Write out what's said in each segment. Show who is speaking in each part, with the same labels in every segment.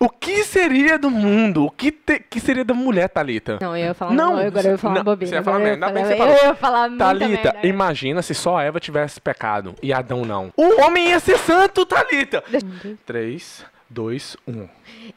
Speaker 1: O que seria do mundo? O que, te- que seria da mulher, Thalita?
Speaker 2: Não, eu ia falar
Speaker 1: Não,
Speaker 2: não, agora eu ia falar
Speaker 1: não,
Speaker 2: uma bobeira.
Speaker 1: você ia falar
Speaker 2: agora
Speaker 1: merda, ainda
Speaker 2: eu,
Speaker 1: bem
Speaker 2: ia
Speaker 1: que
Speaker 2: falar-
Speaker 1: você
Speaker 2: eu ia falar muita
Speaker 1: Thalita,
Speaker 2: merda. né?
Speaker 1: imagina se só Eva tivesse pecado e Adão não. O homem ia ser santo, Thalita! um.
Speaker 2: Deixa-
Speaker 1: 3, 2, 1.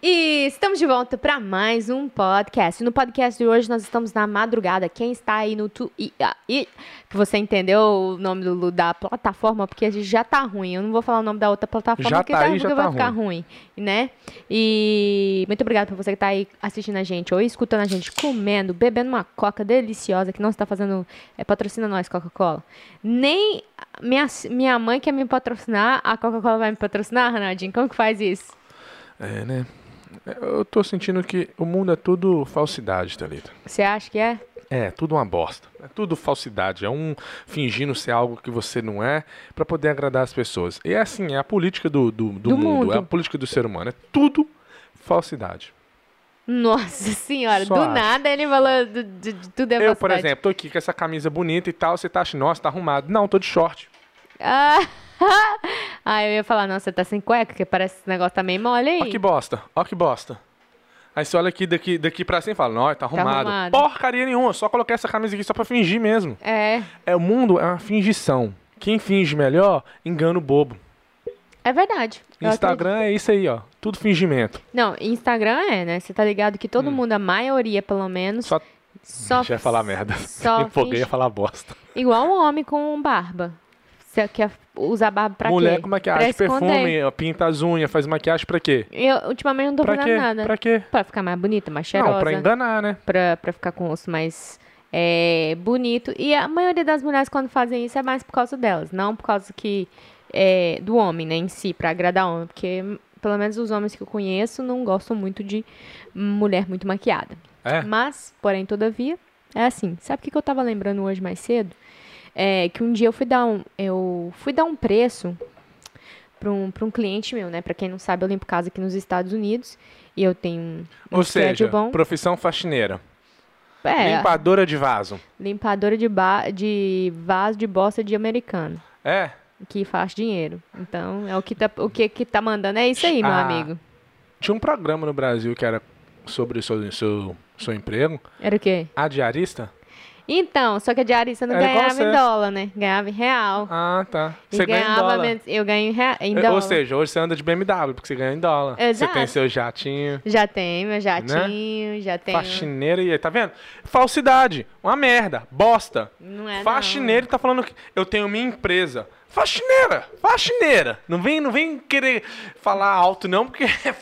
Speaker 2: E estamos de volta para mais um podcast. No podcast de hoje nós estamos na madrugada. Quem está aí no tu e, ah, e- que você entendeu o nome do, da plataforma porque a gente já tá ruim. Eu não vou falar o nome da outra plataforma
Speaker 1: Já
Speaker 2: porque
Speaker 1: tá aí,
Speaker 2: daqui a
Speaker 1: já tá
Speaker 2: pouco vai ficar ruim, né? E muito obrigada por você que tá aí assistindo a gente ou escutando a gente, comendo, bebendo uma coca deliciosa que não está fazendo é, patrocina nós Coca-Cola. Nem minha minha mãe quer me patrocinar, a Coca-Cola vai me patrocinar, Ronaldinho. Como que faz isso?
Speaker 1: É, né? Eu tô sentindo que o mundo é tudo falsidade, Thalita.
Speaker 2: Você acha que é?
Speaker 1: É, tudo uma bosta. É tudo falsidade. É um fingindo ser algo que você não é pra poder agradar as pessoas. E é assim, é a política do, do, do
Speaker 2: Do
Speaker 1: mundo,
Speaker 2: mundo.
Speaker 1: é a política do ser humano. É tudo falsidade.
Speaker 2: Nossa senhora,
Speaker 1: Só
Speaker 2: do
Speaker 1: acho.
Speaker 2: nada ele falou do- de, de tudo é
Speaker 1: Eu, por
Speaker 2: velocidade.
Speaker 1: exemplo, tô aqui com essa camisa bonita e tal, você tá achando, nossa, tá arrumado. Não, tô de short.
Speaker 2: Ah, ah, eu ia falar, nossa, você tá sem cueca, que parece que esse negócio tá meio mole aí.
Speaker 1: Ó que bosta, ó que bosta. Aí você olha aqui daqui, daqui pra cima e fala, nossa, tá arrumado.
Speaker 2: arrumado.
Speaker 1: Porcaria nenhuma, só coloquei essa camisa aqui só pra fingir mesmo.
Speaker 2: É,
Speaker 1: É, o mundo é uma fingição. Quem finge melhor, engana o bobo.
Speaker 2: é verdade. Eu
Speaker 1: Instagram é isso aí, ó. Tudo fingimento.
Speaker 2: acredito. Não, Instagram é, né? Você tá ligado que todo mundo, a maioria pelo menos,
Speaker 1: Hum. Só-
Speaker 2: só
Speaker 1: Já ia falar merda.
Speaker 2: Só
Speaker 1: Me empolguei
Speaker 2: finge-
Speaker 1: a falar bosta.
Speaker 2: Igual um homem com barba. Você quer usar barba pra
Speaker 1: Mulher é
Speaker 2: quê?
Speaker 1: com maquiagem,
Speaker 2: pra esconder.
Speaker 1: perfume, ó, pinta as unhas, faz maquiagem pra quê?
Speaker 2: Eu ultimamente não tô
Speaker 1: Pra
Speaker 2: fazendo
Speaker 1: quê?
Speaker 2: nada.
Speaker 1: Pra quê?
Speaker 2: Pra ficar mais bonita, mais cheirosa.
Speaker 1: Não, pra enganar, né?
Speaker 2: pra, pra ficar com o osso mais é, bonito. E a maioria das mulheres, quando fazem isso, é mais por causa delas, não por causa que é, do homem, né, em si, pra agradar homem. Porque, hum, pelo menos os homens que eu conheço, não gostam muito de mulher muito maquiada.
Speaker 1: É.
Speaker 2: Mas, porém, todavia, é assim. Sabe o que que eu tava lembrando hoje mais cedo? É que um dia eu fui dar um, eu fui dar um preço para um, pra um cliente meu, né? Pra quem não sabe, eu limpo casa aqui nos Estados Unidos e eu tenho um
Speaker 1: Ou
Speaker 2: prédio
Speaker 1: seja,
Speaker 2: bom.
Speaker 1: profissão faxineira.
Speaker 2: É,
Speaker 1: Limpadora de vaso.
Speaker 2: Limpadora de, ba- de vaso de bosta de americano.
Speaker 1: É.
Speaker 2: Que faz dinheiro. Então, é o que tá, o que, que tá mandando é isso aí, meu
Speaker 1: Ah.
Speaker 2: amigo.
Speaker 1: Tinha um programa no Brasil que era sobre o seu, seu, seu emprego.
Speaker 2: Era o quê?
Speaker 1: A diarista?
Speaker 2: Então, só que a diarista não
Speaker 1: Era igual
Speaker 2: ganhava
Speaker 1: você.
Speaker 2: em dólar, né? Ganhava em real.
Speaker 1: Ah, tá.
Speaker 2: E
Speaker 1: Você ganha em
Speaker 2: ganhava
Speaker 1: dólar.
Speaker 2: menos- Eu ganho em, rea- em
Speaker 1: É,
Speaker 2: dólar.
Speaker 1: Ou seja, hoje você anda de BMW, porque você ganha em dólar. Você
Speaker 2: Exato.
Speaker 1: tem seu jatinho.
Speaker 2: Já tem
Speaker 1: né?
Speaker 2: meu jatinho, já tem.
Speaker 1: Faxineira e aí, tá vendo? Falsidade. Uma merda. Bosta.
Speaker 2: Não é, não.
Speaker 1: Faxineiro tá falando que eu tenho minha empresa. Faxineira! Faxineira! Não vem, não vem querer falar alto, não, porque é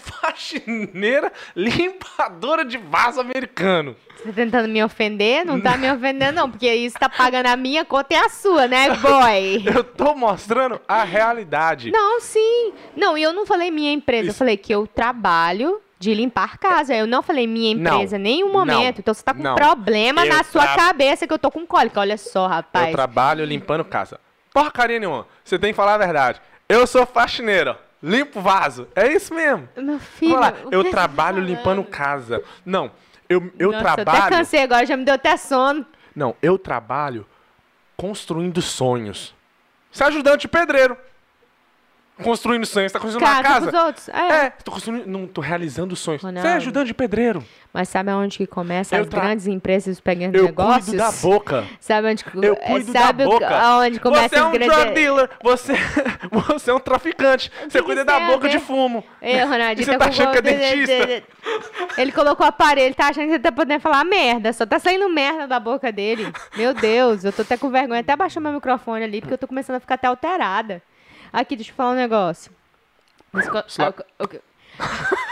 Speaker 1: faxineira limpadora de vaso americano.
Speaker 2: Você tá tentando me ofender? Não tá me ofendendo, não, porque isso tá pagando a minha conta e a sua, né, boy?
Speaker 1: Eu tô mostrando a realidade.
Speaker 2: Não, sim. Não, e eu não falei minha empresa. Eu
Speaker 1: Isso.
Speaker 2: falei que eu trabalho de limpar casa. Eu não falei minha
Speaker 1: Não.
Speaker 2: empresa em nenhum
Speaker 1: Não.
Speaker 2: momento. Então você tá com
Speaker 1: Não.
Speaker 2: problema
Speaker 1: Eu
Speaker 2: na sua
Speaker 1: tra-
Speaker 2: cabeça que eu tô com cólica. Olha só,
Speaker 1: Eu
Speaker 2: rapaz.
Speaker 1: trabalho limpando casa. Porcaria nenhuma. Você tem que falar a verdade. Eu sou faxineira. Limpo vaso. É isso mesmo.
Speaker 2: Meu filho.
Speaker 1: Vamos lá.
Speaker 2: o que
Speaker 1: Eu
Speaker 2: você tá
Speaker 1: trabalho
Speaker 2: falando?
Speaker 1: limpando casa. Não, eu, eu
Speaker 2: Nossa, Eu até
Speaker 1: trabalho.
Speaker 2: cansei agora, já me deu até sono.
Speaker 1: Não, eu trabalho construindo sonhos. Você é ajudante de pedreiro. Construindo sonhos, tá construindo uma
Speaker 2: Casa com
Speaker 1: casa.
Speaker 2: os outros. É.
Speaker 1: É, tô construindo, não tô realizando sonhos. Você é
Speaker 2: Ronaldo.
Speaker 1: ajudante de pedreiro.
Speaker 2: Mas sabe aonde que começa
Speaker 1: Eu
Speaker 2: as
Speaker 1: tra-
Speaker 2: grandes empresas e os pequenos
Speaker 1: Eu
Speaker 2: negócios?
Speaker 1: cuido da boca.
Speaker 2: Sabe onde
Speaker 1: Eu
Speaker 2: é,
Speaker 1: cuido
Speaker 2: sabe
Speaker 1: da
Speaker 2: o-
Speaker 1: boca.
Speaker 2: aonde começa
Speaker 1: você é
Speaker 2: as
Speaker 1: um
Speaker 2: grandes.
Speaker 1: drug dealer, você, você é um traficante. Você
Speaker 2: que
Speaker 1: cuida
Speaker 2: isso
Speaker 1: da
Speaker 2: tem a
Speaker 1: boca de
Speaker 2: ver?
Speaker 1: fumo.
Speaker 2: Ei, Ronaldinho,
Speaker 1: E você tá
Speaker 2: com
Speaker 1: achando que é
Speaker 2: vontade de-
Speaker 1: dentista?
Speaker 2: de- de- Ele colocou o aparelho, tá achando que você tá podendo falar merda. Só tá saindo merda da boca dele. Meu Deus, eu tô até com vergonha. Até baixar meu microfone ali, porque eu tô começando a ficar até alterada. Aqui, deixa eu falar um negócio. Mas co-
Speaker 1: Sla-
Speaker 2: ah, o co- o que-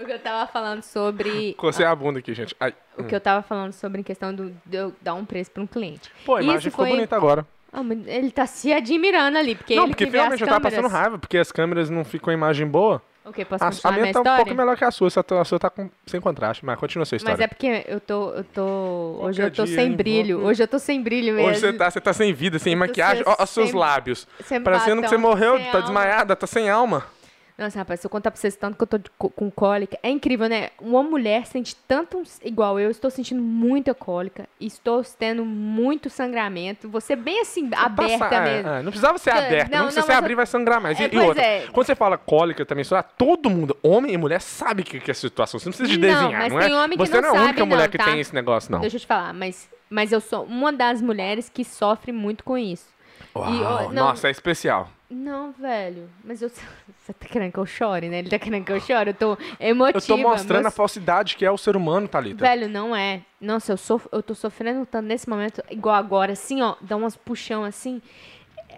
Speaker 2: o que eu tava falando sobre...
Speaker 1: Cocei a bunda aqui, gente. Ai.
Speaker 2: O que eu tava falando sobre em questão do, de eu dar um preço pra um cliente.
Speaker 1: Pô, a imagem
Speaker 2: Isso
Speaker 1: ficou
Speaker 2: foi-
Speaker 1: bonita agora.
Speaker 2: Ah, mas ele tá se admirando ali, porque
Speaker 1: não,
Speaker 2: ele
Speaker 1: porque
Speaker 2: que vê as
Speaker 1: finalmente eu tava
Speaker 2: câmeras.
Speaker 1: passando raiva, porque as câmeras não ficam em imagem boa.
Speaker 2: O quê? Posso
Speaker 1: A,
Speaker 2: continuar
Speaker 1: a minha tá um
Speaker 2: história?
Speaker 1: pouco melhor que a sua, só tá- a sua tá com- sem contraste, mas continua a sua história.
Speaker 2: Mas é porque eu tô, eu tô, hoje
Speaker 1: Qualquer
Speaker 2: eu tô
Speaker 1: dia,
Speaker 2: sem
Speaker 1: hein?
Speaker 2: brilho,
Speaker 1: Vou-
Speaker 2: hoje eu tô sem brilho mesmo.
Speaker 1: Hoje você tá, você tá sem vida, sem
Speaker 2: Eu tô
Speaker 1: maquiagem.
Speaker 2: sem-
Speaker 1: Ó, ó seus
Speaker 2: sem-
Speaker 1: lábios.
Speaker 2: sem
Speaker 1: Parecendo que você
Speaker 2: batom,
Speaker 1: morreu,
Speaker 2: sem
Speaker 1: tá
Speaker 2: alma.
Speaker 1: desmaiada, tá sem alma.
Speaker 2: um Nossa, rapaz, se eu contar pra vocês tanto que eu tô de co- com cólica, é incrível, né? Uma mulher sente tanto um igual eu, estou sentindo muita cólica, estou tendo muito sangramento, você bem assim, aberta
Speaker 1: Passa- é,
Speaker 2: mesmo.
Speaker 1: é, não precisava ser
Speaker 2: Não,
Speaker 1: aberta. Não,
Speaker 2: não,
Speaker 1: precisa
Speaker 2: não,
Speaker 1: você
Speaker 2: mas
Speaker 1: abrir, vai sangrar mais. E-
Speaker 2: É,
Speaker 1: e
Speaker 2: pois
Speaker 1: outra,
Speaker 2: é.
Speaker 1: quando você fala cólica também, só, todo mundo, homem e mulher, sabe o que, que é a situação. Você não precisa de
Speaker 2: Não,
Speaker 1: desenhar,
Speaker 2: mas
Speaker 1: não é?
Speaker 2: tem homem que
Speaker 1: você
Speaker 2: não
Speaker 1: não é a única
Speaker 2: sabe,
Speaker 1: mulher
Speaker 2: não,
Speaker 1: que
Speaker 2: tá?
Speaker 1: tem esse negócio, não.
Speaker 2: Deixa eu te falar, mas, mas eu sou uma das mulheres que sofre muito com isso. E, ó,
Speaker 1: Uau,
Speaker 2: não.
Speaker 1: nossa, é especial.
Speaker 2: Não, velho, mas eu. Você tá querendo que eu chore, né? Ele tá querendo que eu chore, eu tô emotiva.
Speaker 1: Eu tô mostrando
Speaker 2: meus
Speaker 1: a falsidade que é o ser humano, Thalita.
Speaker 2: Velho, não é. Nossa, eu, sof... eu tô sofrendo tanto nesse momento, igual agora, assim, ó, dá umas puxão assim.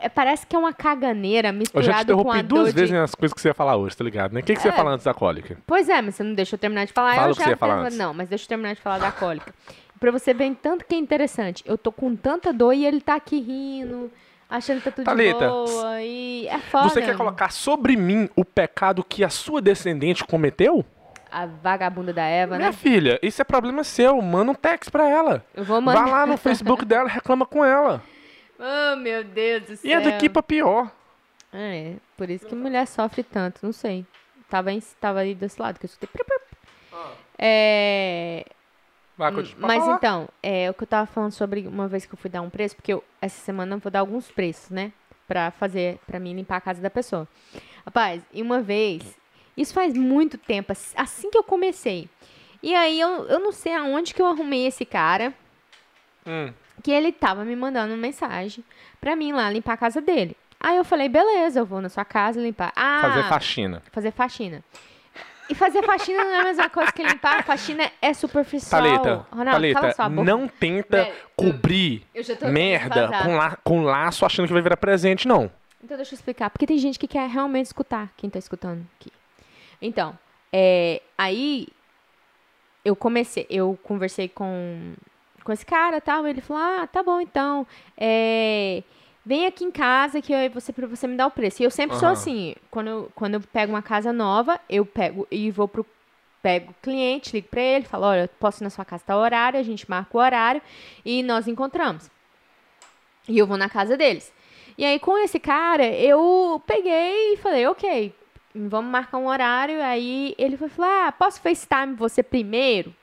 Speaker 2: É, parece que é uma caganeira
Speaker 1: eu já te
Speaker 2: misturada com a
Speaker 1: interrompi
Speaker 2: dor
Speaker 1: duas
Speaker 2: de...
Speaker 1: vezes né? nas coisas que você ia falar hoje, tá ligado? né? O que, que você ia
Speaker 2: É.
Speaker 1: falar antes da cólica?
Speaker 2: Pois é, mas você não deixa eu terminar de falar.
Speaker 1: Fala
Speaker 2: eu
Speaker 1: o que
Speaker 2: já
Speaker 1: você ia falar
Speaker 2: tenho-
Speaker 1: antes.
Speaker 2: Não, mas deixa eu terminar de falar da cólica. pra você ver tanto que é interessante. Eu tô com tanta dor e ele tá aqui rindo, achando que tá tudo de
Speaker 1: Thalita,
Speaker 2: boa. E é foda.
Speaker 1: Você quer colocar sobre mim o pecado que a sua descendente cometeu?
Speaker 2: A vagabunda da Eva,
Speaker 1: Minha
Speaker 2: né?
Speaker 1: filha, isso é problema seu. Manda um text pra ela.
Speaker 2: Eu vou
Speaker 1: Vá
Speaker 2: mandar.
Speaker 1: lá no Facebook dela e reclama com ela.
Speaker 2: Oh, meu Deus do céu.
Speaker 1: E é daqui pra pior.
Speaker 2: É, por isso que mulher sofre tanto, não sei. Tava, em, tava ali desse lado que eu escutei. Pri, pri, pri. É,
Speaker 1: Vai, continua.
Speaker 2: mas
Speaker 1: Fala.
Speaker 2: então, é o que eu tava falando sobre uma vez que eu fui dar um preço, porque eu, essa semana eu vou dar alguns preços, né? Pra fazer, pra mim limpar a casa da pessoa. Rapaz, e uma vez, isso faz muito tempo, ass- assim que eu comecei. E aí eu, eu não sei aonde que eu arrumei esse cara
Speaker 1: Hum.
Speaker 2: que ele tava me mandando uma mensagem pra mim lá limpar a casa dele. Aí eu falei, beleza, eu vou na sua casa limpar. Ah,
Speaker 1: Fazer faxina.
Speaker 2: fazer faxina. E fazer faxina não é a mesma coisa que limpar. Faxina é superficial.
Speaker 1: Thalita,
Speaker 2: Ronaldo, cala sua
Speaker 1: Thalita
Speaker 2: boca.
Speaker 1: não tenta
Speaker 2: Velho,
Speaker 1: cobrir
Speaker 2: Eu já tô
Speaker 1: merda
Speaker 2: desfasada.
Speaker 1: com, la- com laço achando que vai virar presente, não.
Speaker 2: Então deixa eu explicar, porque tem gente que quer realmente escutar quem tá escutando aqui. Então, é, aí eu comecei, eu conversei com, com esse cara tal, ele falou, ah, tá bom então, é, vem aqui em casa que eu, você, pra você me dar o preço. E eu sempre sou
Speaker 1: Aham.
Speaker 2: assim, quando eu, quando eu pego uma casa nova, eu pego e vou pro pego o cliente, ligo pra ele, falo, olha, eu posso ir na sua casa tal horário, a gente marca o horário e nós encontramos. E eu vou na casa deles. E aí, com esse cara, eu peguei e falei, ok, vamos marcar um horário. Aí ele foi falar, ah, posso FaceTime você primeiro?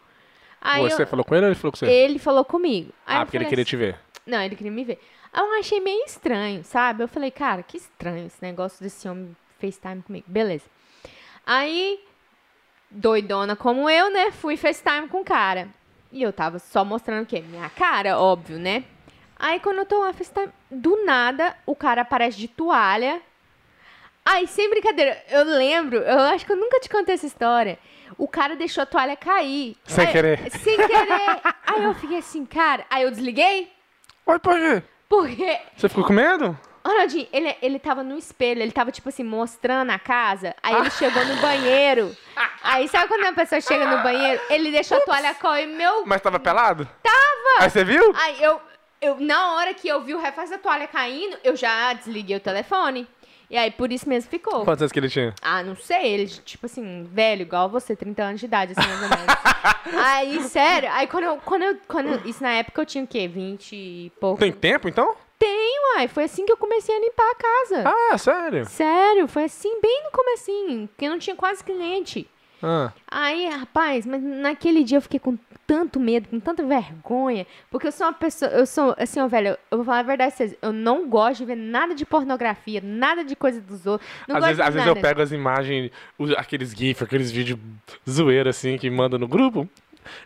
Speaker 2: Aí
Speaker 1: você
Speaker 2: eu-
Speaker 1: falou com ele ou ele falou com você?
Speaker 2: ele falou comigo. Aí
Speaker 1: ah,
Speaker 2: eu
Speaker 1: porque ele
Speaker 2: falei
Speaker 1: queria
Speaker 2: assim-
Speaker 1: te ver.
Speaker 2: Não, ele queria me ver. Aí eu achei meio estranho, sabe? Eu falei, cara, que estranho esse negócio desse homem FaceTime comigo. Beleza. Aí, doidona como eu, né? Fui FaceTime com o cara. E eu tava só mostrando o quê? Minha cara, óbvio, né? Aí quando eu tô lá FaceTime, do nada o cara aparece de toalha. Ai, sem brincadeira, eu lembro, eu acho que eu nunca te contei essa história. O cara deixou a toalha cair.
Speaker 1: Sem
Speaker 2: Aí-
Speaker 1: querer.
Speaker 2: Sem querer. Aí eu fiquei assim, cara. Aí eu desliguei,
Speaker 1: Oi, por quê?
Speaker 2: porque
Speaker 1: Você ficou com medo?
Speaker 2: Ronaldinho, ele, ele tava no espelho, ele tava, tipo assim, mostrando a casa. Aí ele chegou no banheiro. Aí sabe quando uma pessoa chega no banheiro? Ele deixou a toalha cair, meu.
Speaker 1: Mas tava pelado? Tava! Aí você viu?
Speaker 2: Aí eu, eu, na hora que eu vi o refaz da toalha caindo, eu já desliguei o telefone. E aí por isso mesmo ficou.
Speaker 1: Quantos anos que ele tinha?
Speaker 2: Ah, não sei, ele, tipo assim, velho, igual você, 30 anos de idade, assim, mais ou menos. aí, sério, aí quando eu, quando eu, quando eu- isso na época eu tinha o quê? 20 e pouco.
Speaker 1: Tem tempo, então?
Speaker 2: Tenho, uai, foi assim que eu comecei a limpar a casa.
Speaker 1: Ah, sério?
Speaker 2: Sério, foi assim, bem no comecinho, porque não tinha quase cliente.
Speaker 1: Ah,
Speaker 2: Aí, rapaz, mas naquele dia eu fiquei com tanto medo, com tanta vergonha, porque eu sou uma pessoa, eu sou, assim, ó, velho, eu vou falar a verdade pra vocês, eu não gosto de ver nada de pornografia, nada de coisa dos outros, não
Speaker 1: às
Speaker 2: gosto
Speaker 1: vezes,
Speaker 2: de
Speaker 1: às vezes
Speaker 2: nada.
Speaker 1: eu pego as imagens, os- aqueles GIFs, aqueles vídeos zoeira assim que manda no grupo.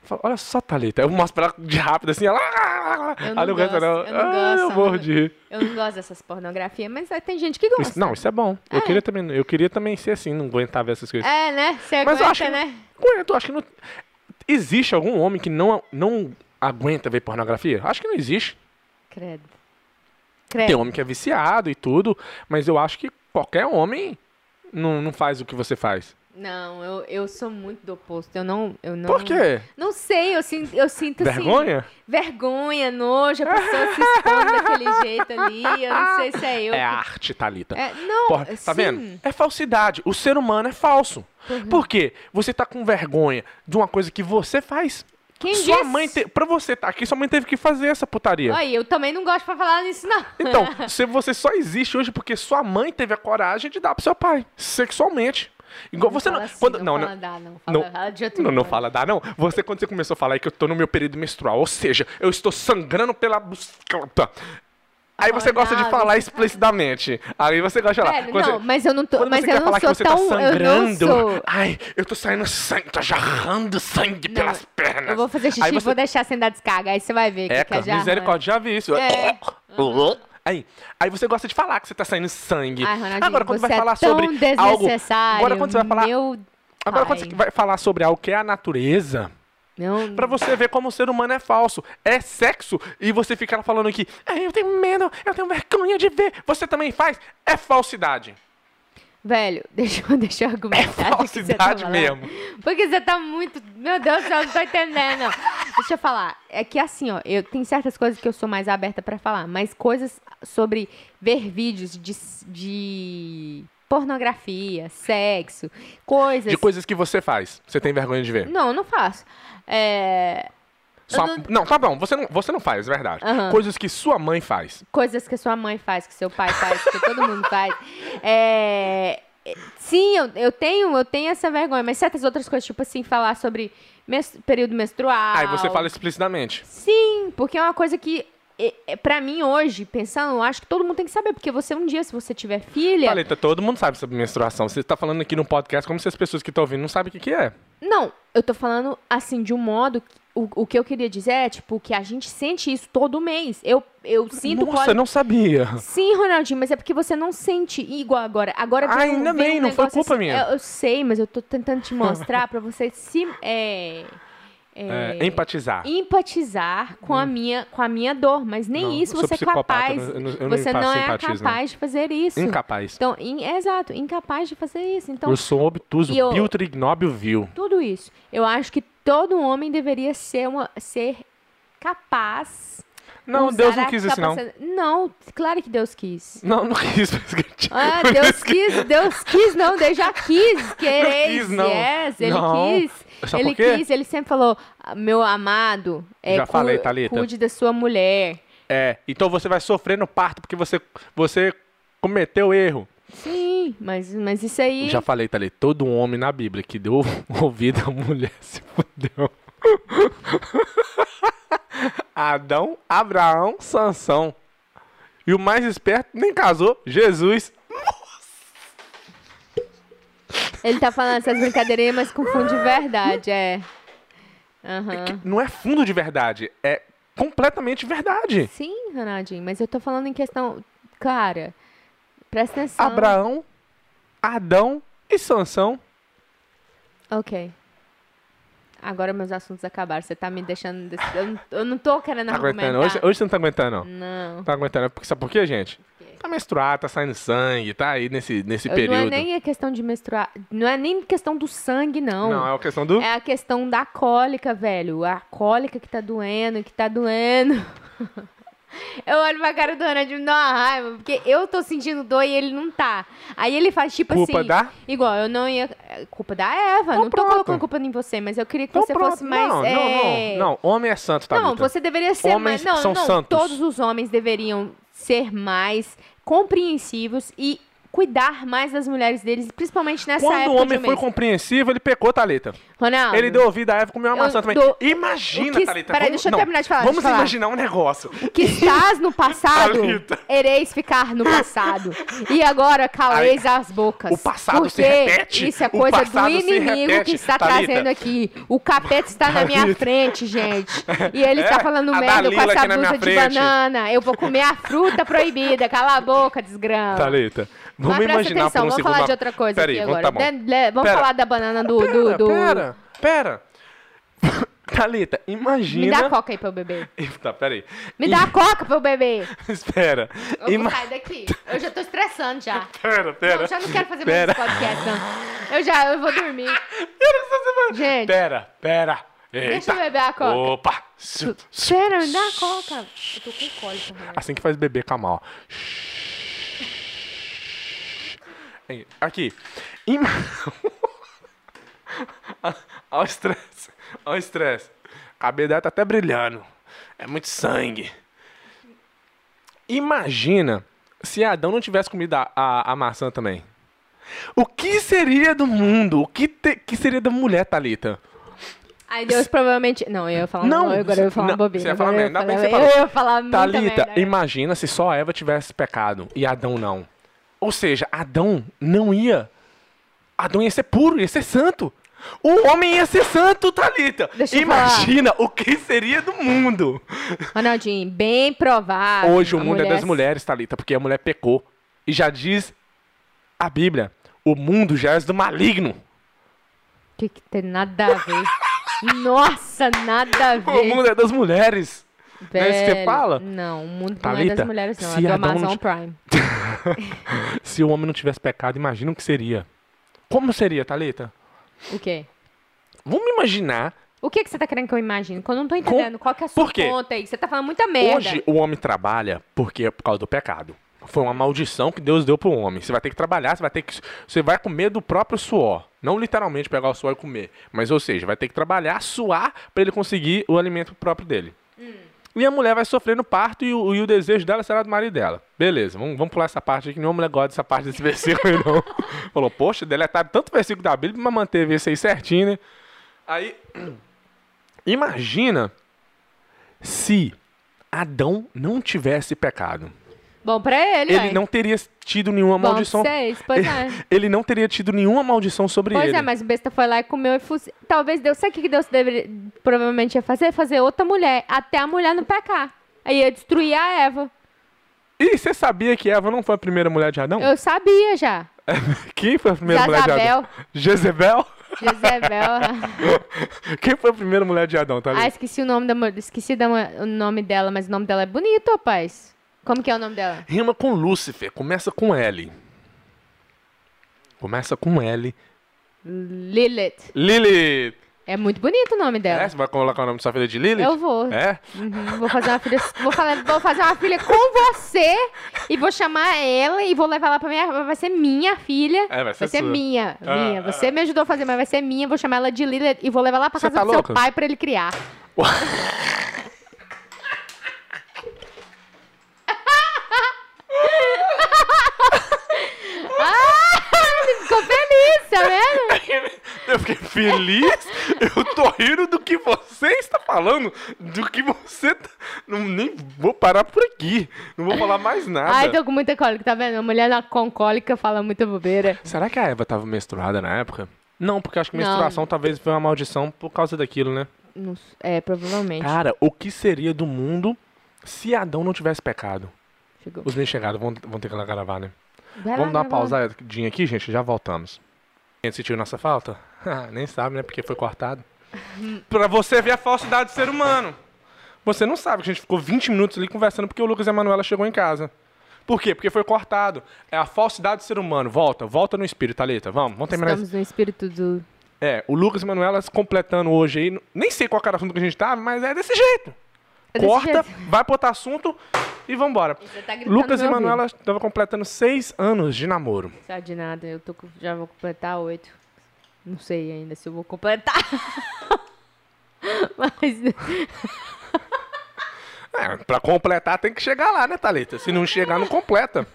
Speaker 1: e falo, Olha só, Thalita. Eu mostro pra ela de rápido assim, ela.
Speaker 2: Eu
Speaker 1: Ah,
Speaker 2: não
Speaker 1: gosta,
Speaker 2: gosto, eu não
Speaker 1: ah,
Speaker 2: gosto, né?
Speaker 1: eu
Speaker 2: eu
Speaker 1: morro
Speaker 2: não-
Speaker 1: de rir.
Speaker 2: Eu não gosto dessas pornografias, mas aí tem gente que gosta.
Speaker 1: Isso- não, isso é bom. Eu,
Speaker 2: É.
Speaker 1: queria também, eu queria também ser assim, não aguentar ver essas coisas.
Speaker 2: É, né? Você
Speaker 1: Mas eu
Speaker 2: aguenta,
Speaker 1: acho que-
Speaker 2: né?
Speaker 1: Aguento, acho que não. Existe algum homem que não, não aguenta ver pornografia? Acho que não existe.
Speaker 2: Credo. Credo.
Speaker 1: Tem homem que é viciado e tudo, mas eu acho que qualquer homem não, não faz o que você faz.
Speaker 2: Não, eu, eu sou muito do oposto, eu não... Eu não...
Speaker 1: Por quê?
Speaker 2: Não sei, eu sinto, eu sinto assim...
Speaker 1: Vergonha?
Speaker 2: vergonha, nojo, a pessoa se expondo daquele jeito ali. Eu não sei se é eu.
Speaker 1: É
Speaker 2: que-
Speaker 1: arte, Thalita.
Speaker 2: É, não,
Speaker 1: Porra,
Speaker 2: sim.
Speaker 1: tá vendo? É falsidade. O ser humano é falso. Por quê? Você tá com vergonha de uma coisa que você faz.
Speaker 2: Quem
Speaker 1: Sua
Speaker 2: disse?
Speaker 1: mãe, te... pra você estar aqui, sua mãe teve que fazer essa putaria.
Speaker 2: Aí, eu também não gosto pra falar nisso, não.
Speaker 1: Então, se você só existe hoje porque sua mãe teve a coragem de dar pro seu pai, sexualmente. Igual você não.
Speaker 2: fala assim,
Speaker 1: quando-
Speaker 2: não,
Speaker 1: não,
Speaker 2: fala
Speaker 1: não.
Speaker 2: dá, não. Fala,
Speaker 1: não-
Speaker 2: fala de outro
Speaker 1: Não, não
Speaker 2: modo.
Speaker 1: fala, dá, não. Você, quando você começou a falar aí que eu tô no meu período menstrual, ou seja, eu estou sangrando pela buscata. Aí você gosta de
Speaker 2: Ronaldo,
Speaker 1: falar
Speaker 2: você-
Speaker 1: explicitamente. Aí você gosta de falar.
Speaker 2: Velho,
Speaker 1: quando
Speaker 2: não,
Speaker 1: você-
Speaker 2: mas eu não tô.
Speaker 1: quando
Speaker 2: Mas
Speaker 1: você quer
Speaker 2: eu não
Speaker 1: falar
Speaker 2: sou
Speaker 1: que você
Speaker 2: tão.
Speaker 1: tá
Speaker 2: eu não
Speaker 1: sangrando.
Speaker 2: sou.
Speaker 1: Ai, eu tô saindo sangue, tô jarrando sangue
Speaker 2: Não,
Speaker 1: pelas pernas.
Speaker 2: Eu vou fazer xixi
Speaker 1: Ah, Aí
Speaker 2: e
Speaker 1: você-
Speaker 2: vou deixar sem dar descarga. Aí você vai ver. que que
Speaker 1: Eca,
Speaker 2: é jarra.
Speaker 1: misericórdia, já vi isso.
Speaker 2: É.
Speaker 1: Aí, aí você gosta de falar que você tá saindo sangue.
Speaker 2: Ai, Ronaldinho,
Speaker 1: agora quando
Speaker 2: você
Speaker 1: vai falar
Speaker 2: é tão
Speaker 1: sobre algo,
Speaker 2: desnecessário,
Speaker 1: agora quando você vai falar,
Speaker 2: Meu
Speaker 1: agora
Speaker 2: pai.
Speaker 1: quando você vai falar sobre algo que é a natureza,
Speaker 2: Não,
Speaker 1: Pra você ver como o ser humano é falso, é sexo e você fica lá falando que "Ai, eu tenho medo, eu tenho vergonha de ver, você também faz, é falsidade.
Speaker 2: Velho, deixa, eu- deixa eu argumentar. o que você
Speaker 1: É
Speaker 2: tá
Speaker 1: falsidade
Speaker 2: falando.
Speaker 1: mesmo.
Speaker 2: Porque você tá muito. Meu Deus do céu, eu não tô entendendo. deixa eu falar. É que assim, ó, eu tem certas coisas que eu sou mais aberta pra falar, mas coisas sobre ver vídeos de, de pornografia, sexo, coisas.
Speaker 1: De coisas que você faz, você tem vergonha de ver.
Speaker 2: Não, eu não faço. É,
Speaker 1: Sua-
Speaker 2: Uhum. não-
Speaker 1: não... tá bom, você não, você não faz, é verdade.
Speaker 2: Aham.
Speaker 1: Coisas que sua mãe faz.
Speaker 2: coisas que sua mãe faz, que seu pai faz, que todo mundo faz. É, é, Sim, eu, eu tenho, eu tenho essa vergonha, mas certas outras coisas, tipo assim, falar sobre mes- período menstrual.
Speaker 1: Aí você fala explicitamente.
Speaker 2: Sim, porque é uma coisa que é, é, pra mim hoje, pensando, eu acho que todo mundo tem que saber, porque você um dia se você tiver filha,
Speaker 1: Paleta, todo mundo sabe sobre menstruação. Você tá falando aqui no podcast como se as pessoas que estão ouvindo não sabem o que, que é.
Speaker 2: Não, eu tô falando assim, de um modo. que- O, o que eu queria dizer é, tipo, que a gente sente isso todo mês. Eu, eu sinto
Speaker 1: Nossa,
Speaker 2: cólica-
Speaker 1: eu não sabia.
Speaker 2: Sim, Ronaldinho, mas é porque você não sente igual agora. Agora vem um-
Speaker 1: Ah, Ainda
Speaker 2: vem
Speaker 1: bem,
Speaker 2: um
Speaker 1: não foi
Speaker 2: negócio
Speaker 1: culpa
Speaker 2: assim-
Speaker 1: minha.
Speaker 2: Eu, eu sei, mas eu tô tentando te mostrar pra você se é, é,
Speaker 1: É, empatizar.
Speaker 2: empatizar com a minha com a minha dor, mas nem
Speaker 1: Hum. Não,
Speaker 2: isso
Speaker 1: sou
Speaker 2: você é
Speaker 1: psicopata,
Speaker 2: capaz.
Speaker 1: eu não- eu não
Speaker 2: você não é
Speaker 1: simpatizo, não.
Speaker 2: capaz de fazer isso.
Speaker 1: Incapaz.
Speaker 2: Então, in- exato, incapaz de fazer isso. Então,
Speaker 1: eu sou obtuso,
Speaker 2: E eu-
Speaker 1: piltro, ignóbil, vil.
Speaker 2: tudo isso. Eu acho que todo homem deveria ser uma ser capaz
Speaker 1: Não,
Speaker 2: usar
Speaker 1: Deus não
Speaker 2: a
Speaker 1: quis isso, não.
Speaker 2: capacidade- Não, claro que Deus quis.
Speaker 1: Não, não quis. mas que eu tinha-
Speaker 2: Ah, Deus quis, Deus quis, não, Deus já quis, quereis,
Speaker 1: quis, não.
Speaker 2: yes, ele
Speaker 1: Não.
Speaker 2: quis,
Speaker 1: Sabe por
Speaker 2: ele
Speaker 1: quê?
Speaker 2: quis, ele sempre falou, "Ah, meu amado, é,
Speaker 1: Já falei, Thalita.
Speaker 2: cuide da sua mulher,
Speaker 1: É, então você vai sofrer no parto porque você, você cometeu erro.
Speaker 2: sim, mas, mas isso aí,
Speaker 1: Já falei, tá ali, todo homem na Bíblia que deu ouvido à mulher se fudeu. Adão, Abraão, Sansão. E o mais esperto nem casou, Jesus.
Speaker 2: ele tá falando essas brincadeirinhas, mas com fundo de verdade, é, Aham.
Speaker 1: Que não é fundo de verdade, é completamente verdade.
Speaker 2: sim, Ronaldinho, mas eu tô falando em questão, cara, presta atenção,
Speaker 1: Abraão, Adão e Sansão.
Speaker 2: ok. Agora meus assuntos acabaram. Você tá me deixando. desse- Eu não, eu não tô querendo
Speaker 1: Tá aguentando.
Speaker 2: argumentar.
Speaker 1: Hoje, hoje você não tá aguentando, não.
Speaker 2: Não.
Speaker 1: Tá aguentando. Porque, sabe por quê, gente?
Speaker 2: quê?
Speaker 1: Tá menstruado, tá saindo sangue, tá aí nesse, nesse
Speaker 2: Eu-
Speaker 1: período.
Speaker 2: Não é nem a questão de menstruar. Não é nem questão do sangue, não.
Speaker 1: Não, é uma questão do.
Speaker 2: É a questão da cólica, velho. A cólica que tá doendo, que tá doendo. Eu olho pra cara do Ronaldinho e me dá uma raiva, porque eu tô sentindo dor e ele não tá. Aí ele faz tipo
Speaker 1: Culpa
Speaker 2: assim.
Speaker 1: da-
Speaker 2: Igual, eu não ia. é Culpa da Eva.
Speaker 1: Então
Speaker 2: não tô
Speaker 1: pronto.
Speaker 2: colocando culpa em você, mas eu queria que
Speaker 1: Então
Speaker 2: você
Speaker 1: pronto.
Speaker 2: fosse mais.
Speaker 1: não,
Speaker 2: é...
Speaker 1: não, não, não. Homem é santo, tá?
Speaker 2: Não, você deveria ser
Speaker 1: Homens
Speaker 2: mais. Não,
Speaker 1: são
Speaker 2: não.
Speaker 1: santos.
Speaker 2: Todos os homens deveriam ser mais compreensivos e cuidar mais das mulheres deles, principalmente nessa
Speaker 1: Quando o
Speaker 2: época de
Speaker 1: homem foi
Speaker 2: mês.
Speaker 1: compreensivo, ele pecou, Thalita.
Speaker 2: Ronaldo.
Speaker 1: ele deu ouvido à Eva e comeu uma
Speaker 2: eu
Speaker 1: maçã também.
Speaker 2: dou-
Speaker 1: Imagina,
Speaker 2: o que-
Speaker 1: Thalita.
Speaker 2: peraí,
Speaker 1: vamos-
Speaker 2: deixa eu
Speaker 1: não,
Speaker 2: terminar de falar,
Speaker 1: Vamos
Speaker 2: deixa eu falar.
Speaker 1: imaginar um negócio.
Speaker 2: Que estás no passado,
Speaker 1: Thalita.
Speaker 2: ereis ficar no passado. E agora caleis as bocas.
Speaker 1: o passado
Speaker 2: porque
Speaker 1: se repete,
Speaker 2: Isso é
Speaker 1: o
Speaker 2: coisa do
Speaker 1: passado se
Speaker 2: inimigo
Speaker 1: repete,
Speaker 2: que está
Speaker 1: Thalita.
Speaker 2: trazendo aqui. O capeta está na minha
Speaker 1: Thalita.
Speaker 2: frente, gente. E ele
Speaker 1: É,
Speaker 2: está falando
Speaker 1: a
Speaker 2: merda com
Speaker 1: Dalila
Speaker 2: essa
Speaker 1: aqui na minha
Speaker 2: blusa de
Speaker 1: frente.
Speaker 2: banana. Eu vou comer a fruta proibida. Cala a boca, desgrama.
Speaker 1: Thalita, vamos
Speaker 2: Mas presta
Speaker 1: imaginar
Speaker 2: Ah. atenção,
Speaker 1: por um
Speaker 2: vamos
Speaker 1: segundo.
Speaker 2: falar
Speaker 1: uma-
Speaker 2: de outra coisa
Speaker 1: Peraí,
Speaker 2: aqui
Speaker 1: vamos-
Speaker 2: agora.
Speaker 1: Tá bom.
Speaker 2: De- de- vamos
Speaker 1: Pera.
Speaker 2: falar da banana do. do,
Speaker 1: Pera,
Speaker 2: do...
Speaker 1: pera, pera. Thalita, imagina...
Speaker 2: Me dá a coca aí pra eu beber.
Speaker 1: Tá, peraí.
Speaker 2: Me dá a coca pra eu beber.
Speaker 1: Espera.
Speaker 2: Eu vou
Speaker 1: Ima-
Speaker 2: sair daqui. Eu já tô estressando já.
Speaker 1: Pera, pera.
Speaker 2: Não, já não quero fazer
Speaker 1: pera.
Speaker 2: mais esse podcast, não. Eu já, eu vou dormir. Gente.
Speaker 1: Pera, pera.
Speaker 2: Deixa eu
Speaker 1: Eita.
Speaker 2: beber a coca.
Speaker 1: Opa. Su- su-
Speaker 2: Pera, me dá a coca. Eu tô com cólica, Ronaldo.
Speaker 1: Assim que faz bebê, calma, ó. Aí, Aqui. Ima... Olha o estresse. Olha o estresse. cabeça dela tá até brilhando. É muito sangue. Imagina se Adão não tivesse comido a, a, a maçã também. O que seria do mundo? O que, te- que seria da mulher, Thalita?
Speaker 2: Aí Deus provavelmente. Não, eu ia falar. Não,
Speaker 1: Não,
Speaker 2: eu agora eu ia falar
Speaker 1: não,
Speaker 2: uma bobeira.
Speaker 1: você ia falar
Speaker 2: agora
Speaker 1: merda. Ainda
Speaker 2: Eu,
Speaker 1: bem
Speaker 2: ia
Speaker 1: que
Speaker 2: falar-
Speaker 1: você
Speaker 2: eu ia falar muita
Speaker 1: Thalita,
Speaker 2: merda.
Speaker 1: imagina se só Eva tivesse pecado e Adão não. Ou seja, Adão não ia. Adão ia ser puro, ia ser santo. O homem ia ser santo, Thalita.
Speaker 2: Deixa eu
Speaker 1: Imagina o que seria do mundo.
Speaker 2: Ronaldinho, bem provável.
Speaker 1: Hoje o
Speaker 2: a
Speaker 1: mundo é
Speaker 2: mulher-
Speaker 1: das mulheres, Thalita, porque a mulher pecou. E já diz a Bíblia: o mundo já é do maligno.
Speaker 2: Que, que tem nada a ver. Nossa, nada a ver.
Speaker 1: O mundo é das mulheres. Não é isso que você
Speaker 2: velho.
Speaker 1: fala?
Speaker 2: Não, o mundo não é
Speaker 1: Thalita,
Speaker 2: das mulheres, não. É
Speaker 1: se
Speaker 2: do
Speaker 1: Adão não
Speaker 2: Amazon
Speaker 1: ti-
Speaker 2: Prime.
Speaker 1: Se o homem não tivesse pecado, imagina o que seria. Como seria, Thalita?
Speaker 2: O quê?
Speaker 1: Vamos imaginar
Speaker 2: O que, que você tá querendo que eu imagine? Que Eu não tô entendendo. Qual que é a sua
Speaker 1: Por quê?
Speaker 2: conta aí? Você tá falando muita merda.
Speaker 1: Hoje o homem trabalha porque é por causa do pecado. Foi uma maldição que Deus deu pro homem. Você vai ter que trabalhar, você vai ter que. Você vai comer do próprio suor. Não literalmente pegar o suor e comer. Mas, ou seja, vai ter que trabalhar, suar, pra ele conseguir o alimento próprio dele. E a mulher vai sofrer no parto e o, e o desejo dela será do marido dela. Beleza, vamos, vamos pular essa parte aqui, que nenhuma mulher gosta dessa parte desse versículo aí, não. Falou, poxa, deletaram tanto versículo da Bíblia, mas manteve esse aí certinho, né? Aí, imagina se Adão não tivesse pecado.
Speaker 2: Bom pra ele,
Speaker 1: Ele
Speaker 2: ué.
Speaker 1: não teria tido nenhuma
Speaker 2: Bom pra
Speaker 1: maldição.
Speaker 2: vocês, pois é.
Speaker 1: Ele não teria tido nenhuma maldição sobre
Speaker 2: Pois
Speaker 1: ele.
Speaker 2: é, mas o besta foi lá e comeu e fuzil. Talvez Deus. Sabe o que que Deus deveria, provavelmente ia fazer? Fazer outra mulher. Até a mulher não pecar. Aí ia destruir a Eva.
Speaker 1: E você sabia que Eva não foi a primeira mulher de Adão?
Speaker 2: Eu sabia já.
Speaker 1: Quem foi a primeira mulher de
Speaker 2: Jezabel.
Speaker 1: Adão? Jezebel?
Speaker 2: Jezebel.
Speaker 1: Quem foi a primeira mulher de Adão, tá
Speaker 2: ah,
Speaker 1: ligado?
Speaker 2: esqueci o nome da mulher. Esqueci da, mu- o nome dela, mas o nome dela é bonito, rapaz. Como que é o nome dela?
Speaker 1: Rima com Lúcifer, começa com L. Começa com L.
Speaker 2: Lilith.
Speaker 1: Lilith!
Speaker 2: É muito bonito o nome dela.
Speaker 1: É, você vai colocar o nome da sua filha de Lilith?
Speaker 2: Eu vou.
Speaker 1: É?
Speaker 2: Uhum, Vou fazer uma filha. Vou, falar- vou fazer uma filha com você e vou chamar ela e vou levar ela pra minha. Vai ser minha filha.
Speaker 1: É, vai ser sua.
Speaker 2: minha.
Speaker 1: Ah,
Speaker 2: minha.
Speaker 1: ah,
Speaker 2: Você me ajudou a fazer, mas vai ser minha. Vou chamar ela de Lilith e vou levar lá pra
Speaker 1: Você
Speaker 2: casa
Speaker 1: tá
Speaker 2: do seu
Speaker 1: louca?
Speaker 2: pai pra ele criar. Ah, ele ficou feliz, tá vendo?
Speaker 1: Eu fiquei feliz. Eu tô rindo do que você está falando. Do que você. Tá... Não, nem vou parar por aqui. Não vou falar mais nada.
Speaker 2: Ai, tô com muita cólica, tá vendo? Uma mulher na- com cólica fala muita bobeira.
Speaker 1: Será que a Eva tava menstruada na época? Não, porque eu acho que
Speaker 2: Não.
Speaker 1: menstruação talvez foi uma maldição por causa daquilo, né?
Speaker 2: Não s- É, provavelmente.
Speaker 1: Cara, o que seria do mundo se Adão não tivesse pecado?
Speaker 2: Chegou.
Speaker 1: Os nem chegaram, vão, vão ter que gravar, né?
Speaker 2: Vai lá,
Speaker 1: Vamos dar uma
Speaker 2: vai lá.
Speaker 1: pausadinha aqui, gente, já voltamos. Quem sentiu nossa falta? Nem sabe, né? Porque foi cortado. pra você ver a falsidade do ser humano. Você não sabe que a gente ficou 20 minutos ali conversando porque o Lucas e a Manuela chegou em casa. Por quê? Porque foi cortado. É a falsidade do ser humano. Volta, volta no espírito, Thalita. Vamos, vamos terminar esse-
Speaker 2: Estamos no espírito do.
Speaker 1: É, o Lucas e a Manuela se completando hoje aí. Nem sei qual era o assunto que a gente tá, mas é desse jeito.
Speaker 2: É desse
Speaker 1: Corta,
Speaker 2: jeito.
Speaker 1: vai pro outro assunto e vambora.
Speaker 2: Você tá gritando
Speaker 1: Lucas
Speaker 2: no
Speaker 1: e
Speaker 2: meu
Speaker 1: Manuela estavam completando seis anos de namoro.
Speaker 2: Sabe de nada, eu tô, com- já vou completar oito. Não sei ainda se eu vou completar. Mas.
Speaker 1: É, pra completar tem que chegar lá, né, Thalita? Se não chegar, não completa.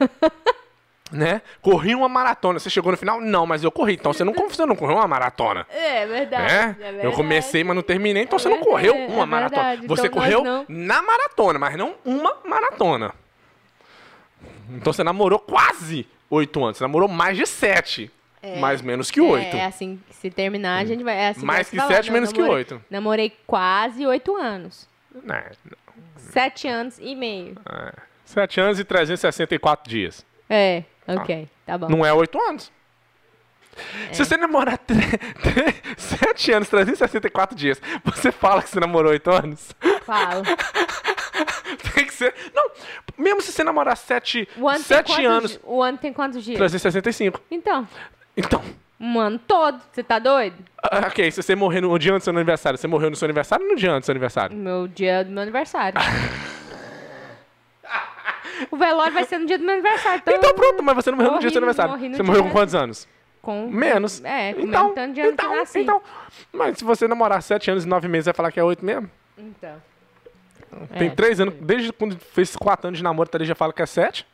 Speaker 1: né? Corri uma maratona. Você chegou no final? Não, mas eu corri. Então você não, con- você não correu uma maratona.
Speaker 2: É verdade.
Speaker 1: Né? eu comecei, mas não terminei. Então você não
Speaker 2: verdade,
Speaker 1: correu
Speaker 2: é
Speaker 1: uma maratona.
Speaker 2: verdade.
Speaker 1: Você
Speaker 2: Então nós
Speaker 1: correu
Speaker 2: não.
Speaker 1: na maratona, mas não uma maratona. Então você namorou quase oito anos. Você namorou mais de sete. Mais menos que oito.
Speaker 2: É, assim, se terminar, a gente vai. É assim
Speaker 1: Mais
Speaker 2: eu
Speaker 1: que
Speaker 2: falo,
Speaker 1: sete,
Speaker 2: não,
Speaker 1: menos que
Speaker 2: namorei-
Speaker 1: oito.
Speaker 2: Namorei quase oito anos.
Speaker 1: Né,
Speaker 2: Sete anos e meio.
Speaker 1: Sete anos e 364 dias.
Speaker 2: É, ok, tá bom.
Speaker 1: Ah. Não é oito anos.
Speaker 2: É.
Speaker 1: Se você namorar tre- tre- sete anos, 364 dias, você fala que você namorou oito anos?
Speaker 2: Falo.
Speaker 1: Tem que ser. Não, mesmo se você namorar sete
Speaker 2: O ano tem
Speaker 1: sete
Speaker 2: quantos
Speaker 1: anos,
Speaker 2: di- O ano tem quantos dias?
Speaker 1: 365.
Speaker 2: Então,
Speaker 1: Então,
Speaker 2: um ano todo. Você tá doido?
Speaker 1: ah, ok, se você morrer no dia antes do seu aniversário, você morreu no seu aniversário ou no dia antes do seu aniversário?
Speaker 2: Meu dia do meu aniversário. o velório vai ser no dia do meu aniversário. Então,
Speaker 1: Então pronto, mas você não morreu no dia
Speaker 2: morri-
Speaker 1: do seu aniversário.
Speaker 2: morri no
Speaker 1: Você
Speaker 2: dia
Speaker 1: morreu
Speaker 2: do
Speaker 1: com quantos anos?
Speaker 2: com.
Speaker 1: Menos.
Speaker 2: É, com menos
Speaker 1: então,
Speaker 2: tanto de ano que
Speaker 1: então,
Speaker 2: nasci.
Speaker 1: então. Mas se você namorar sete anos e nove meses, vai falar que é oito mesmo?
Speaker 2: Então.
Speaker 1: Tem
Speaker 2: É.
Speaker 1: três anos, desde quando fez quatro anos de namoro, Thalita já fala que é sete.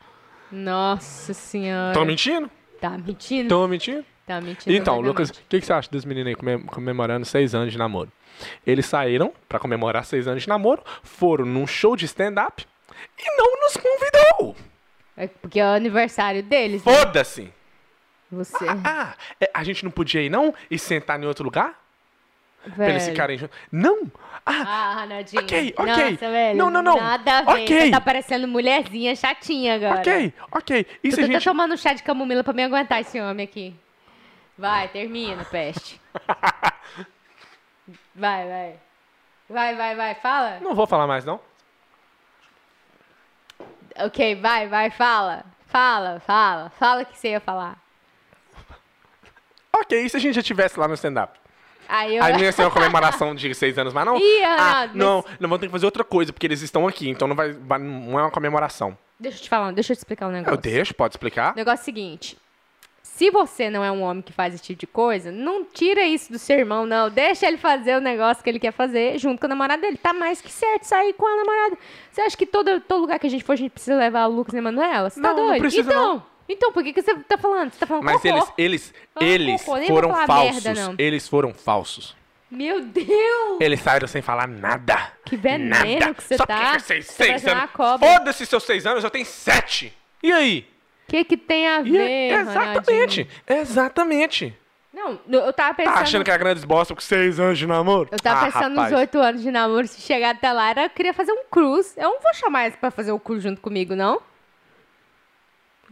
Speaker 2: Nossa senhora.
Speaker 1: Tô mentindo?
Speaker 2: Tá mentindo?
Speaker 1: Tô mentindo?
Speaker 2: Tá mentindo.
Speaker 1: Então,
Speaker 2: vagamente.
Speaker 1: Lucas, o que, que você acha dos meninos aí comem- comemorando seis anos de namoro? Eles saíram pra comemorar seis anos de namoro, foram num show de stand-up e não nos convidou.
Speaker 2: É porque é o aniversário deles. né?
Speaker 1: Foda-se!
Speaker 2: Você.
Speaker 1: Ah, é, a gente não podia ir não e sentar em outro lugar? Pra eles
Speaker 2: velho.
Speaker 1: ficarem juntos. Não! Ah,
Speaker 2: Ah, Nadinha.
Speaker 1: Ok, ok.
Speaker 2: Nossa, velho.
Speaker 1: Não, não, não.
Speaker 2: Nada a ver.
Speaker 1: Ok.
Speaker 2: Você tá parecendo mulherzinha chatinha agora.
Speaker 1: ok, ok. E
Speaker 2: Eu
Speaker 1: se
Speaker 2: tô,
Speaker 1: a
Speaker 2: tô
Speaker 1: gente...
Speaker 2: tomando um chá de camomila pra me aguentar esse homem aqui. Vai, termina, peste. Vai, vai. Vai, vai, vai, fala.
Speaker 1: Não vou falar mais, não.
Speaker 2: Ok, vai, vai, fala. Fala, fala. Fala o que você ia falar.
Speaker 1: Ok, e se a gente já estivesse lá no stand-up?
Speaker 2: Aí eu...
Speaker 1: Aí não ia ser uma comemoração de seis anos, mas não.
Speaker 2: Ih,
Speaker 1: ah,
Speaker 2: Ronaldo,
Speaker 1: não, não vamos ter que fazer outra coisa, porque eles estão aqui, então não, vai, vai- não é uma comemoração.
Speaker 2: Deixa eu te falar, deixa eu te explicar um
Speaker 1: Eu
Speaker 2: negócio.
Speaker 1: deixo, pode explicar?
Speaker 2: O negócio é o seguinte. Se você não é um homem que faz esse tipo de coisa, não tira isso do seu irmão, não. Deixa ele fazer o negócio que ele quer fazer junto com a namorada dele. Tá mais que certo sair com a namorada. Você acha que todo, todo lugar que a gente for, a gente precisa levar o Lucas e a Manuela? Você tá
Speaker 1: Não, não
Speaker 2: doido?
Speaker 1: precisa,
Speaker 2: então, então, por que, que você tá falando? Você tá falando
Speaker 1: Mas
Speaker 2: cocô.
Speaker 1: eles, eles,
Speaker 2: Não,
Speaker 1: eles
Speaker 2: cocô, nem vou
Speaker 1: foram
Speaker 2: falar
Speaker 1: falsos.
Speaker 2: merda, não.
Speaker 1: eles foram falsos.
Speaker 2: Meu Deus!
Speaker 1: Eles saíram sem falar nada.
Speaker 2: Que veneno
Speaker 1: nada.
Speaker 2: que você
Speaker 1: Só
Speaker 2: tá.
Speaker 1: porque eu sei
Speaker 2: Você tá
Speaker 1: seis
Speaker 2: parecendo uma
Speaker 1: anos.
Speaker 2: cobra.
Speaker 1: Foda-se seus seis anos, eu tenho sete. E aí?
Speaker 2: O que que tem a
Speaker 1: E
Speaker 2: ver,
Speaker 1: aí?
Speaker 2: Ronaldinho?
Speaker 1: Exatamente. Exatamente.
Speaker 2: Não, eu tava pensando...
Speaker 1: Tá achando que é a grande bosta com seis anos de namoro?
Speaker 2: Eu tava
Speaker 1: Ah,
Speaker 2: pensando
Speaker 1: rapaz.
Speaker 2: nos oito anos de namoro, se chegar até lá, era- eu queria fazer um cruz. Eu não vou chamar eles pra fazer o cruz junto comigo, não.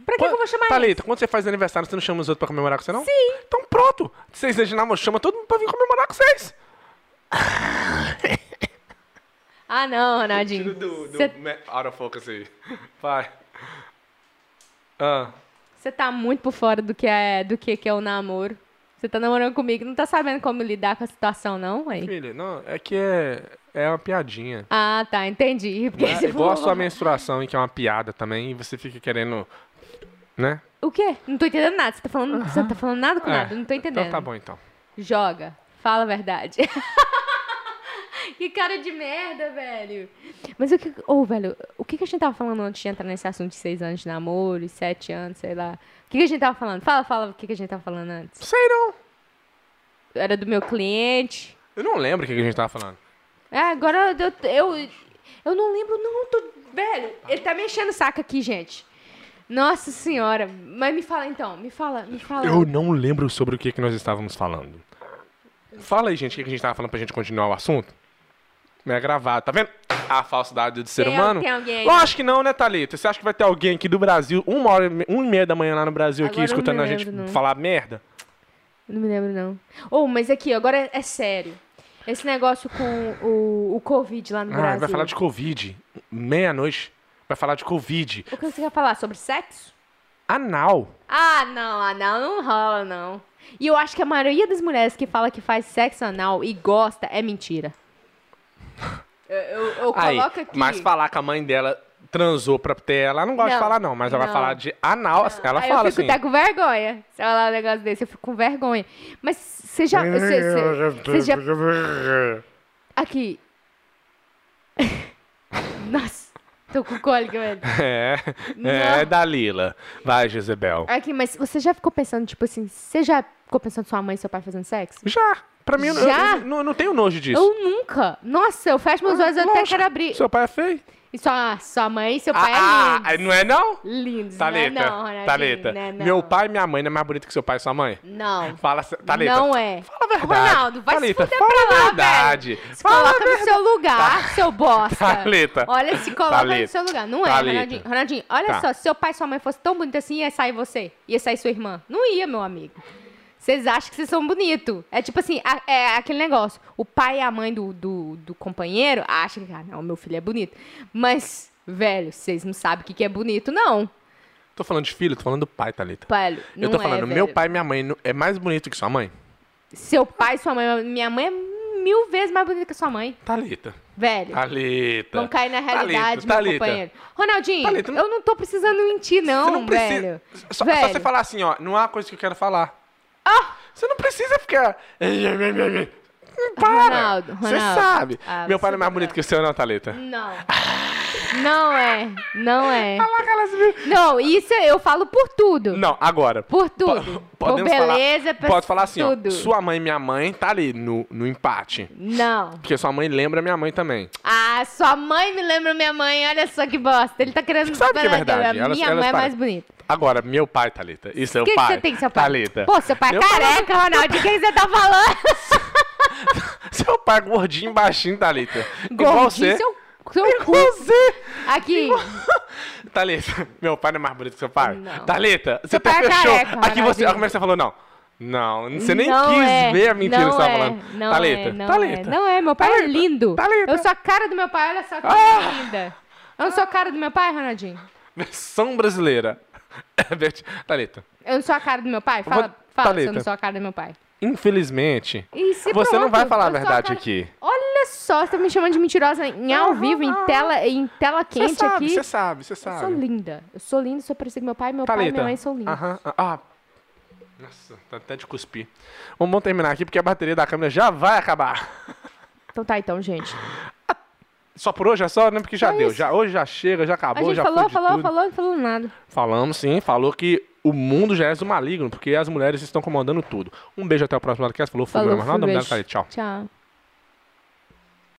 Speaker 2: Pra que, que eu vou chamar eles?
Speaker 1: Thalita, quando você faz aniversário, você não chama os outros pra comemorar com você, não? Sim. Então pronto. Seis anos de namoro, chama todo mundo pra vir comemorar com vocês.
Speaker 2: Ah, não, Ronaldinho. Você
Speaker 1: Out of focus aí. Vai. Ah,
Speaker 2: você tá muito por fora do que é, do que, que é o namoro. Você tá namorando comigo, não tá sabendo como lidar com a situação, não, ué?
Speaker 1: filha, não, é que é, é uma piadinha.
Speaker 2: Ah, tá, entendi. Porque
Speaker 1: É
Speaker 2: você
Speaker 1: igual a
Speaker 2: falou-
Speaker 1: sua menstruação, que é uma piada também, e você fica querendo, né?
Speaker 2: O quê? Não tô entendendo nada. Você tá falando, você não tá falando nada com
Speaker 1: É,
Speaker 2: nada, não tô entendendo.
Speaker 1: Então tá bom, então.
Speaker 2: Joga. Fala a verdade. que cara de merda, velho. Mas o que. Ô, velho, o que, que a gente tava falando antes de entrar nesse assunto de seis anos de namoro, e sete anos, sei lá. O que, que a gente tava falando? Fala, fala o que, que a gente tava falando antes.
Speaker 1: Sei não.
Speaker 2: Era do meu cliente.
Speaker 1: Eu não lembro o que que a gente tava falando.
Speaker 2: É, agora eu, eu. Eu não lembro, não. Tô, velho, ele tá me enchendo o saco aqui, gente. Nossa senhora. Mas me fala então, me fala, me fala.
Speaker 1: Eu não lembro sobre o que, que nós estávamos falando. Fala aí, gente, o que, que a gente estava falando pra gente continuar o assunto? Não é gravado, tá vendo? A falsidade do ser
Speaker 2: Tem-
Speaker 1: humano.
Speaker 2: tem alguém aí?
Speaker 1: Lógico que não, né, Thalita? Você acha que vai ter alguém aqui do Brasil, uma hora, e me- uma e meia da manhã lá no Brasil, aqui,
Speaker 2: Agora eu não
Speaker 1: escutando
Speaker 2: me
Speaker 1: a gente
Speaker 2: lembro, não.
Speaker 1: falar merda?
Speaker 2: Não me lembro, não. Ô, mas aqui, agora é, é sério. Esse negócio com o, o Covid lá no
Speaker 1: Ah,
Speaker 2: Brasil.
Speaker 1: vai falar de Covid. Meia-noite. Vai falar de Covid.
Speaker 2: O que você quer falar? Sobre sexo?
Speaker 1: Anal.
Speaker 2: Ah, não, anal não rola, não. E eu acho que a maioria das mulheres que fala que faz sexo anal e gosta é mentira. Eu, eu- eu
Speaker 1: Aí,
Speaker 2: coloco aqui.
Speaker 1: mas falar que a mãe dela transou pra ter ela, ela não gosta de
Speaker 2: Não,
Speaker 1: falar, não. Mas ela
Speaker 2: não.
Speaker 1: vai falar de anal, ela
Speaker 2: Aí
Speaker 1: fala
Speaker 2: eu fico
Speaker 1: assim.
Speaker 2: até com vergonha. Se eu falar um negócio desse, eu fico com vergonha. Mas você já. Você, você- você já Aqui. Nossa, tô com cólica, velho.
Speaker 1: É,
Speaker 2: Não.
Speaker 1: é Dalila. Vai, Jezebel.
Speaker 2: Aqui, mas você já ficou pensando, tipo assim, você já ficou pensando sua mãe e seu pai fazendo sexo?
Speaker 1: Já. Pra mim, eu-
Speaker 2: Já?
Speaker 1: Eu, eu não- eu não tenho nojo disso.
Speaker 2: Eu nunca. Nossa, eu fecho meus olhos, eu até
Speaker 1: Lógico.
Speaker 2: quero abrir.
Speaker 1: Seu pai é feio?
Speaker 2: E sua, sua mãe e seu pai
Speaker 1: Ah, ah,
Speaker 2: é
Speaker 1: não é não?
Speaker 2: lindos. Lindos,
Speaker 1: Thalita,
Speaker 2: não é não, Ronaldinho,
Speaker 1: Thalita.
Speaker 2: não é não.
Speaker 1: Meu pai e minha mãe não é mais bonito que seu pai e sua mãe?
Speaker 2: Não.
Speaker 1: Fala, sé- Thalita.
Speaker 2: Não é.
Speaker 1: Fala a verdade.
Speaker 2: Ronaldo, vai
Speaker 1: Thalita,
Speaker 2: se fuder
Speaker 1: fala
Speaker 2: pra
Speaker 1: a
Speaker 2: lá,
Speaker 1: verdade.
Speaker 2: velho. Se
Speaker 1: Fala a
Speaker 2: coloca no seu lugar, seu bosta.
Speaker 1: Thalita.
Speaker 2: Olha, se coloca no
Speaker 1: Thalita.
Speaker 2: seu lugar. Não é,
Speaker 1: Thalita.
Speaker 2: Ronaldinho. Ronaldinho, olha
Speaker 1: Tá.
Speaker 2: só, se seu pai e sua mãe fossem tão bonitos assim, ia sair você, ia sair sua irmã. Não ia, meu amigo. Vocês acham que vocês são bonitos. É tipo assim, a- é aquele negócio. O pai e a mãe do, do, do companheiro acham que, ah, não, meu filho é bonito. Mas, velho, vocês não sabem o que, que é bonito, não.
Speaker 1: Tô falando de filho, tô falando do pai, Thalita.
Speaker 2: Velho, não
Speaker 1: eu tô
Speaker 2: é,
Speaker 1: falando,
Speaker 2: velho.
Speaker 1: meu pai e minha mãe não- é mais bonito que sua mãe?
Speaker 2: Seu pai, sua mãe, minha mãe é mil vezes mais bonita que sua mãe.
Speaker 1: Thalita.
Speaker 2: Velho.
Speaker 1: Ah, Thalita.
Speaker 2: Vão cair na
Speaker 1: Thalita,
Speaker 2: realidade, meu
Speaker 1: Thalita.
Speaker 2: companheiro. Ronaldinho,
Speaker 1: Thalita, não-
Speaker 2: eu não tô precisando mentir, não,
Speaker 1: Você não precisa.
Speaker 2: velho.
Speaker 1: Só, só
Speaker 2: velho. Ah!
Speaker 1: você falar assim, ó, não há coisa que eu quero falar. Você não precisa ficar. Não Para!
Speaker 2: Ronaldo,
Speaker 1: Você
Speaker 2: Ronaldo.
Speaker 1: sabe.
Speaker 2: Ah,
Speaker 1: Meu pai
Speaker 2: você
Speaker 1: é mais
Speaker 2: tá
Speaker 1: bonito
Speaker 2: bravo.
Speaker 1: que o seu, não, Thalita?
Speaker 2: Não. Não é. Não é.
Speaker 1: Caraca, elas viram.
Speaker 2: Não, isso é- eu falo por tudo.
Speaker 1: Não, agora.
Speaker 2: Por
Speaker 1: Po-
Speaker 2: tudo. Por
Speaker 1: podemos falar-
Speaker 2: beleza, por
Speaker 1: Pode falar assim,
Speaker 2: tudo.
Speaker 1: ó. Sua mãe e minha mãe tá ali no, no empate.
Speaker 2: Não.
Speaker 1: Porque sua mãe lembra minha mãe também.
Speaker 2: Ah, sua mãe me lembra minha mãe. Olha só que bosta. Ele tá querendo...
Speaker 1: Sabe que é verdade,
Speaker 2: Minha
Speaker 1: elas-
Speaker 2: mãe
Speaker 1: elas
Speaker 2: é mais
Speaker 1: parecem.
Speaker 2: bonita.
Speaker 1: Agora, meu pai, Thalita. E seu
Speaker 2: O que, que
Speaker 1: pai?
Speaker 2: você tem com seu pai?
Speaker 1: Thalita.
Speaker 2: Pô, seu pai é
Speaker 1: Meu pai-
Speaker 2: careca, Ronaldo. De quem você tá falando?
Speaker 1: Seu pai é gordinho, baixinho, Thalita. Igual
Speaker 2: Gordinho,
Speaker 1: você.
Speaker 2: seu, seu
Speaker 1: Igual
Speaker 2: cu.
Speaker 1: você.
Speaker 2: Aqui.
Speaker 1: Thalita, meu pai não é mais bonito que seu pai?
Speaker 2: Não.
Speaker 1: Talita, você
Speaker 2: pai
Speaker 1: até
Speaker 2: é
Speaker 1: fechou.
Speaker 2: careca,
Speaker 1: Aqui você,
Speaker 2: maravilha.
Speaker 1: olha como é que você falou, não. Não, você nem
Speaker 2: Não
Speaker 1: quis
Speaker 2: é,
Speaker 1: ver a mentira que
Speaker 2: não
Speaker 1: você tava
Speaker 2: é,
Speaker 1: falando. Tá
Speaker 2: Não
Speaker 1: Thalita,
Speaker 2: é, não
Speaker 1: Thalita.
Speaker 2: É, não é, meu pai é
Speaker 1: Thalita,
Speaker 2: lindo.
Speaker 1: Thalita.
Speaker 2: Eu sou a cara do meu pai, olha só que
Speaker 1: tá Ah.
Speaker 2: linda. Eu não sou a cara do meu pai, Ronaldinho?
Speaker 1: Versão brasileira. É verdade. Thalita,
Speaker 2: Eu não sou a cara do meu pai? Fala,
Speaker 1: Vou- tá
Speaker 2: fala se
Speaker 1: Thalita.
Speaker 2: eu não sou a cara do meu pai.
Speaker 1: infelizmente,
Speaker 2: E se
Speaker 1: você não
Speaker 2: pronto,
Speaker 1: vai falar a
Speaker 2: eu sou
Speaker 1: verdade
Speaker 2: cara-
Speaker 1: aqui.
Speaker 2: Olha só, você tá me chamando de mentirosa em ao
Speaker 1: Aham,
Speaker 2: vivo, em
Speaker 1: aham.
Speaker 2: tela, em tela
Speaker 1: Você
Speaker 2: quente
Speaker 1: sabe,
Speaker 2: aqui.
Speaker 1: você sabe, você
Speaker 2: Eu sou
Speaker 1: sabe.
Speaker 2: linda. Eu sou linda, sou parecida com meu pai, meu pai e
Speaker 1: Thalita.
Speaker 2: minha mãe são lindos.
Speaker 1: Aham. Ah. Nossa, tá até de cuspir. Vamos vamos terminar aqui porque a bateria da câmera já vai acabar.
Speaker 2: Então tá, então, gente.
Speaker 1: Só por hoje é só, né? Porque já
Speaker 2: Só
Speaker 1: deu.
Speaker 2: isso.
Speaker 1: Já, hoje já chega, já
Speaker 2: A
Speaker 1: acabou,
Speaker 2: gente
Speaker 1: já
Speaker 2: falou,
Speaker 1: foi de
Speaker 2: falou,
Speaker 1: tudo.
Speaker 2: falou, não falou nada.
Speaker 1: Falamos sim, falou que o mundo já é do maligno, porque as mulheres estão comandando tudo. Um beijo até o próximo podcast. Falou, fui
Speaker 2: Falou,
Speaker 1: Bruno Arnaldo,
Speaker 2: fui,
Speaker 1: obrigado,
Speaker 2: beijo.
Speaker 1: Thalita. tá Tchau.
Speaker 2: Tchau.